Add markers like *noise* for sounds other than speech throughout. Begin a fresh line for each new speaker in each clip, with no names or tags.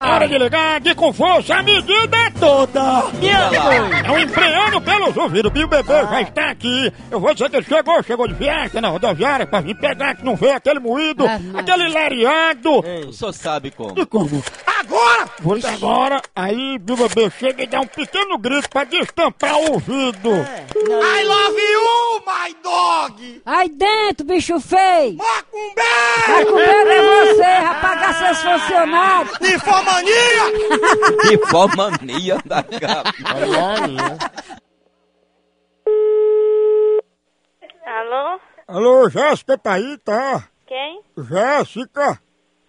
Para de ligar, que com força a medida é toda. Estão empreendendo um pelos ouvidos. E o bebê
Ah.
já está aqui. Eu vou dizer que ele chegou, chegou de viagem na rodoviária pra vir pegar que não vê aquele moído,
Ah, mas- É,
aquele lariado.
O senhor sabe como.
E como? Agora! Vou ligar agora. Aí o bebê chega e dá um pequeno grito pra destampar o ouvido.
É.
I love you, my dog!
Aí dentro, bicho feio!
Macumbe!
Tá com medo de você, rapaz, pagar seus funcionários!
Infomania!
Que forma *laughs* mania da capa.
né?
Alô?
Alô, Jéssica, tá aí, tá?
Quem?
Jéssica?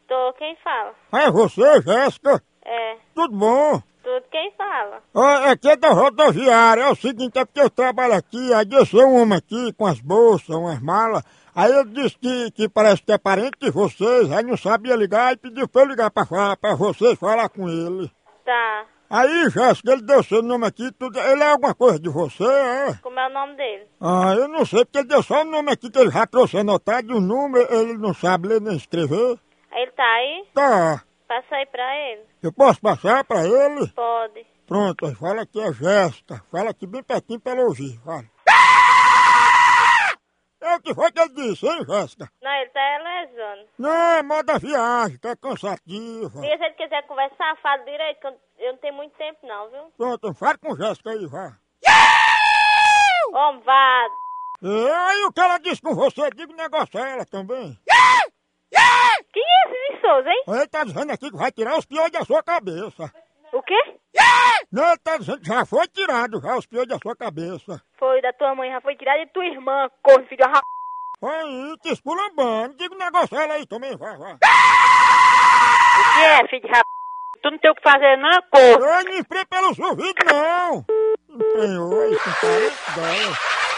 Tô, quem fala?
Ah, É você, Jéssica?
É,
Tudo bom?
tudo quem fala?
Ah, aqui é da rodoviária, é o seguinte, é porque eu trabalho aqui, aí desceu um homem aqui com as bolsas, umas malas, aí ele disse que, que parece que é parente de vocês, aí não sabia ligar e pediu pra eu ligar pra, fa- pra vocês falar com ele.
Tá,
Aí, Jéssica, ele deu seu nome aqui, tudo, ele é alguma coisa de você, é?
como é o nome dele?
Ah, eu não sei, porque ele deu só o nome aqui que ele já trouxe anotado, e o número, ele não sabe ler nem escrever.
Ele tá aí?
Tá,
Passa aí pra ele.
eu posso passar pra ele?
Pode.
Pronto, aí fala que é gesta. Fala aqui bem pertinho pra ela ouvir, fala. É o que foi que ele disse, hein, Jéssica?
Não, ele tá lesando.
Não, é moda viagem, que é cansativa.
Se ele quiser conversar, fala direito, que eu, eu não tenho muito tempo não, viu?
Pronto, fala com Jéssica aí, vá.
Homem, vá.
E aí o que ela disse com você, diga o negócio a ela também.
Quem é esse de Souza, hein?
Ele tá dizendo aqui que vai tirar os piões da sua cabeça.
O quê?
Não, ele tá dizendo que já foi tirado já os piões da sua cabeça.
Foi da tua mãe, já foi tirada de tua irmã, corno, filho da ra...
Aí, te espulambando, diga o negócio a ela aí também, vá, vá.
O que é, filho de ra... Tu não tem o que fazer não, corno.
Eu não emprei pelos ouvidos, não! Empreou aí com 40 dólares.